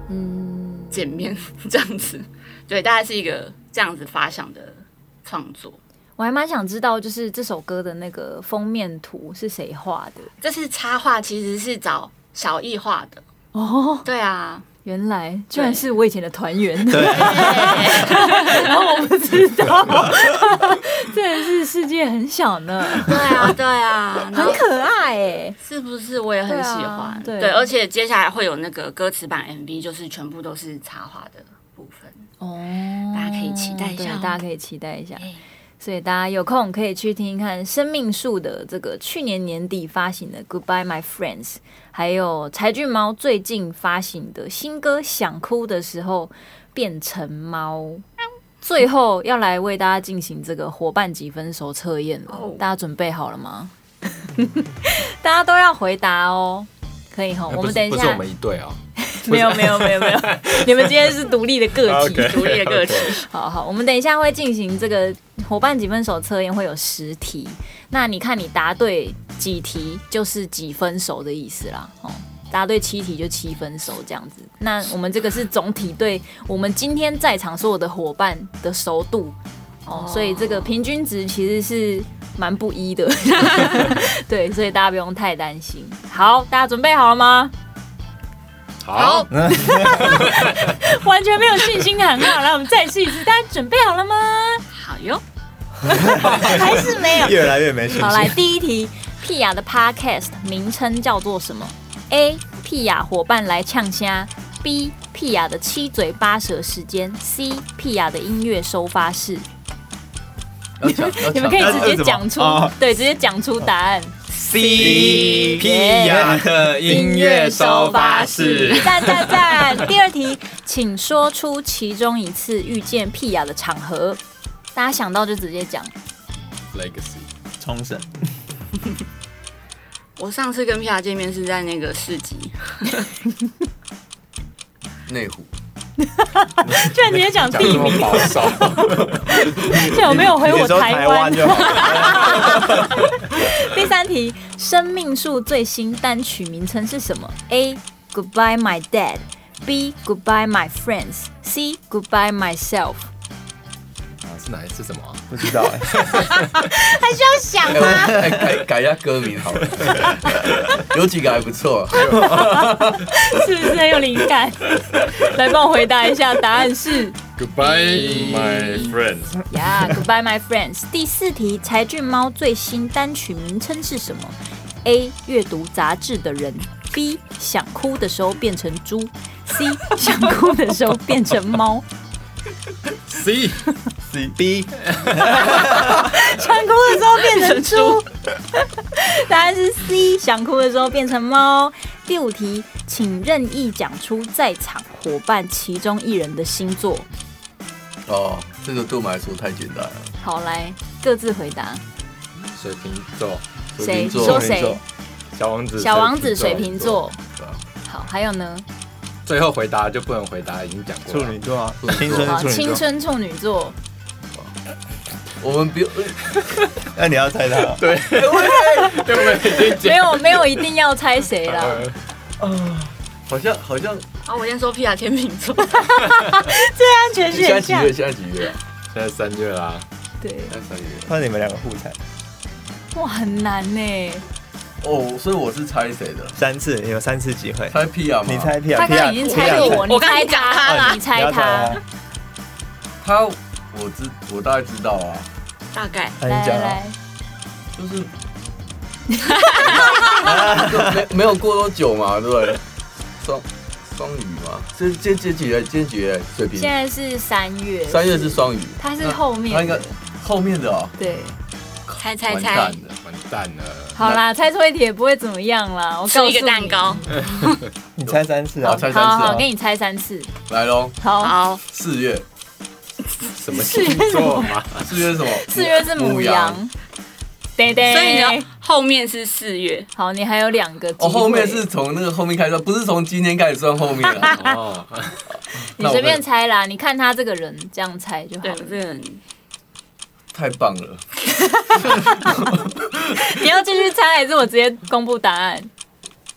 嗯见面 这样子。对，大概是一个这样子发想的创作。
我还蛮想知道，就是这首歌的那个封面图是谁画的
这是插画，其实是找小易画的。
哦。
对啊，
原来居然是我以前的团员，
对，
然后我不知道， 真的是世界很小呢，
对啊，对啊，然
很
后
可爱哎。
是不是我也很喜欢？
对啊对
而且接下来会有那个歌词版 MV，就是全部都是插画的部分。
哦，
大家可以期待一下
对
哦
大家可以期待一下
哎。
所以大家有空可以去听听看生命树的这个去年年底发行的《Goodbye My Friends》，还有柴俊猫最近发行的新歌《想哭的时候变成猫》。最后要来为大家进行这个伙伴级分手测验了
哦
大家准备好了吗？ 大家都要回答哦，可以哈。我
那哎不
们
是
等一
不是我
下，
们一队哦，
没有没有没有没有，你们今天是独立的
啊
个体。
独立的个体，
好好，我们等一下会进行这个伙伴几分手测验，会有十题。那你看你答对几题就是几分熟的意思啦，哦。答对七题就七分熟这样子，那我们这个是总体对我们今天在场所有的伙伴的熟度哦，所以这个平均值其实是蛮不一的， 对，所以大家不用太担心。好，大家准备好了吗？
好，
完全没有信心的喊话，来，我们再试一次，大家准备好了吗？
好哟，
还是没有。
越来越没信
好，
心。
来第一题，屁雅的 podcast 名称叫做什么？A. 屁屁雅伙伴来呛虾；B. 屁雅的七嘴八舌时间；C. 屁雅的音乐收发室。
要讲，要
你
讲
们可以
那
直
是
接
什么
讲出
哦，
对，直接讲出答案。
C P 雅的音乐收发室。
赞赞赞！ 第二题，请说出其中一次遇见屁雅的场合。大家想到就直接讲。
Legacy
冲绳，
我上次跟皮亚见面是在那个市集，
呃内湖，
居然直接讲
讲
地
这么
名，
保守，
竟然没有回
你
我
说
台
台
湾
湾。就好。
第三题，生命树最新单曲名称是什么？A. Goodbye My Dad。B. Goodbye My Friends。C. Goodbye Myself。
啊是哪一次什么啊？
不知道哎，
还需要想
哎我哎改改一下歌名好了，有几个还不错，
是不是很有灵感？ 来帮我回答一下，答案是
Goodbye, my friends。
呀、yeah,，Goodbye My Friends。第四题，柴俊猫最新单曲名称是什么？A. 阅读杂志的人。B. 想哭的时候变成猪。C. 想哭的时候变成猫。
C
C B
想哭的时候变成猪。 答案是 C，想哭的时候变成猫。第五题，请任意讲出在场伙伴其中一人的星座。
哦，这个对我们来说太简单了，
好，来各自回答，
水瓶座，
谁
水瓶座
说
水瓶
谁
座？小王子，
小王子水瓶座。
对吧
好，还有呢？
最后回答就不能回答，已经讲过
处
了。
女座啊
处女，座
青春
好，
处
哦青
女座。
春处女座。
我们不用，呃
那你要猜他哦？
对， 对，我们已经
没
讲
有没有一定要猜谁 啦，
了。
好像好像
哦，我先说皮亚天秤座，
安全
现
选
在几
项
月？现在几月啊？
现在三月啦，
对，
现在三月。
那你们两个互猜
哇，很难呢。
哦，所以我是猜谁的？
三次，你有三次机会。
猜 P 啊？
你猜 P
他
啊？P
刚
啊
刚已经猜过我，
我刚
猜
刚讲他
他，
啦
你猜他
他。，
他，我知我大概知道啊，
大概
那
来
你讲
来
啊
来，
就是没没有过多久嘛，对不对？双双鱼嘛，这这这几月？这几月？水
现
瓶。
在是三月，
三月是双鱼，
他是后面的
那他应该后面的哦，
对。
猜猜
完
猜
蛋，了。
完蛋了。
好啦，猜错一题也不会怎么样啦。我告
吃
诉
一
你
个蛋。糕。
你猜三次
好，
啊？
猜三次
好好，
啊
给，你猜三次。
来喽，
好，
好，
四月，
什么星 座嘛？
四月是什么？
四月是母羊，。对对。
所以你的后面是四月，
好，你还有两个机会。
哦，后面是从那个后面开始算，不是从今天开始算后面啊。
哦，
你随便猜啦，你看他这个人这样猜就好
对，我
了。
这个人
太棒 了，
你要继续猜，还是我直接公布答案？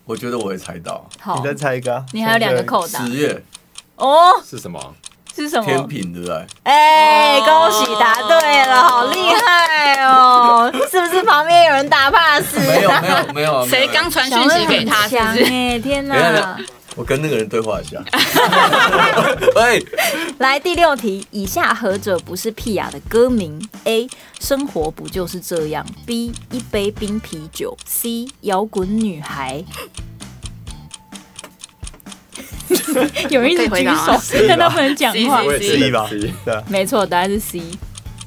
我觉得我会猜到。
好
你，再猜一个啊。
你还有两个扣打
十月
哦，
是什么？
是什
天
么？
平，对不对？
哎、恭喜答对
哦
了，好厉害 哦！是不是旁边有人打 pass？
没有没有没有啊，
谁
没有啊
刚传讯息给他，是
小乐
不
很
是？
强哎，天
等一下
哪！
我跟那个人对话 一下。喂，
来第六题，以下何者不是屁雅的歌名？A. 生活不就是这样？B. 一杯冰啤酒？C. 摇滚女 孩。有人一直
可以回
举
答啊
手，但他不能讲话
C，C，C。
我也是
C 吧
C
对啊，
没错，答案是 C。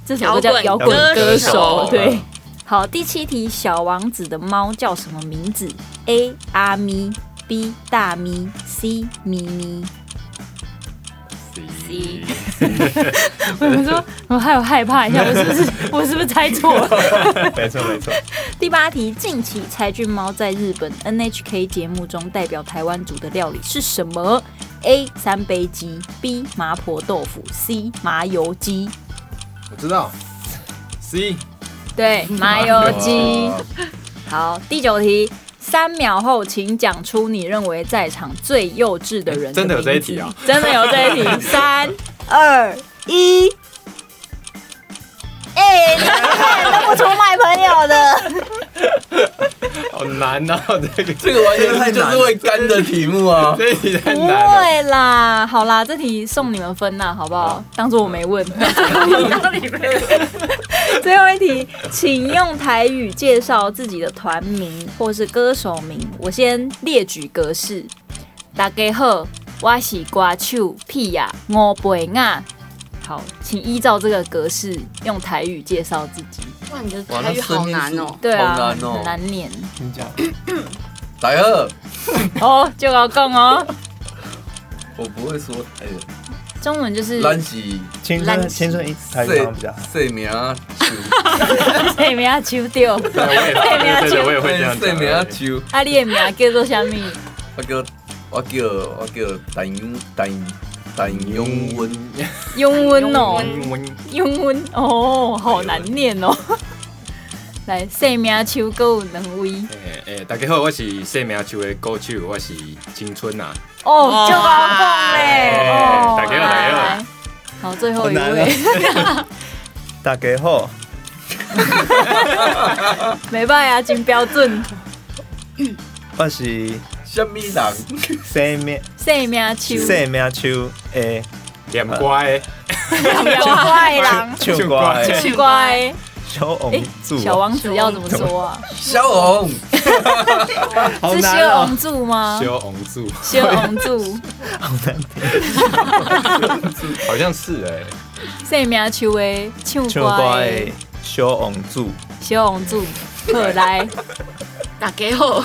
这首歌叫《摇
摇
滚
滚
歌
歌
手
手》。
对，好，第七题，小王子的猫叫什么名字？A. 阿咪，B. 大咪，C. 咪咪。
C
我想说，我还有害怕一下，我是不 是我是不是猜错了？
没错没错。
第八题，近期柴俊猫在日本 NHK 节目中代表台湾煮的料理是什么？A. 三杯鸡，B. 麻婆豆腐，C. 麻油鸡。
我知道。C
对，麻油鸡。好，第九题，三秒后请讲出你认为在场最幼稚的人。
真的有这一题啊？
真的有这一 题，三
二 一。哎、你看都不出卖朋友的，
好难哦，这个
这个完全是就是会干的题目啊。
这一题太
不
难了。
会啦。好 啦，这题送你们分啦，好不好？当做我没问。最后一题，请用台语介绍自己的团名或是歌手名。我先列举格式：大家好，我是瓜手屁呀，我贝亚。啊好，请依照这个格式用台语介绍自己。
哇，你的
哇
台语
那声
好
音
难
是
哦。
对啊，
好难哦
很难念。
真假？
来二，
哦，就要讲哦，
我不会说台语，
中文就是
咱是
青春青春一台语好像比较好。
姓 名啊
嘿名抽掉，
对我也
嘿名
对对，我
抽，
也会这样
酒，姓名
讲。
酒，
啊，你的名叫做啥物？
我叫我叫我叫陈陈陈 永文，
永温哦，
英文
永温哦，好难念哦。 来，姓名抽歌有两位，
诶诶，哎大家好，我是生命树的歌手，我是青春啊。
哦，就好讲嘞，哦，
哎大家好
来
大家好
来好，最后一
好难啊
位，
大家好，
没办法，啊真标准。
我是
什么人？
生命
姓名抽，
生命树的
念乖，
怪人，
唱歌的
奇怪。
小王
哎，
子，
小王子要怎么说啊？
小红，
好
是
难
修
哦，
王柱吗？
小红柱，
修王 柱，
好难听，
好像是哎诶。
姓名抽的唱
唱
歌
歌
的
的小王子，
小王子，好来。
大家好，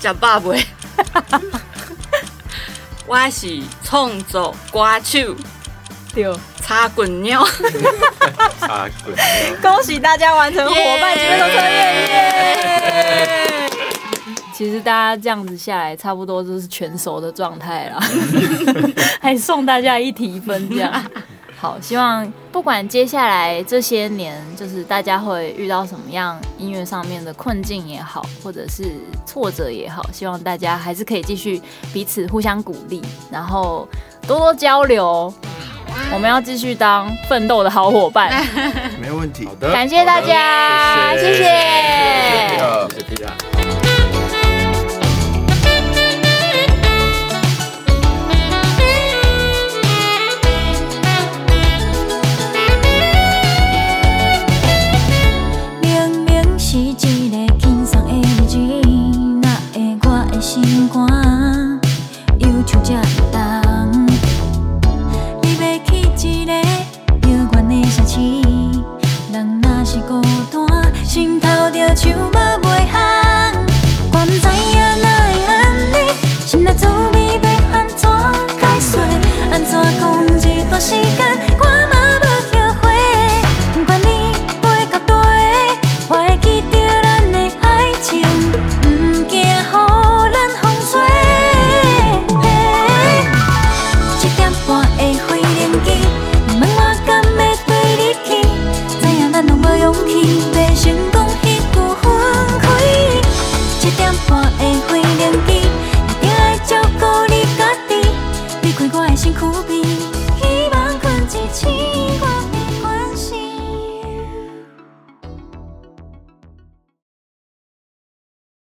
食饱未？我是创作歌手
对，
插滚鸟，
啊，滚！
恭喜大家完成伙伴节目的测验耶！其实大家这样子下来，差不多就是全熟的状态啦， 还送大家一提分这样。好，希望不管接下来这些年，就是大家会遇到什么样音乐上面的困境也好，或者是挫折也好，希望大家还是可以继续彼此互相鼓励，然后多多交流。我们要继续当奋斗的好伙伴。
没问题
好。的，
感谢大家，
好的
谢谢。
谢啊谢皮亚。
明明是一个轻松的日子，哪会我的心肝忧愁这重？你要去一个遥远的城市，人若是孤单，心头着像梦。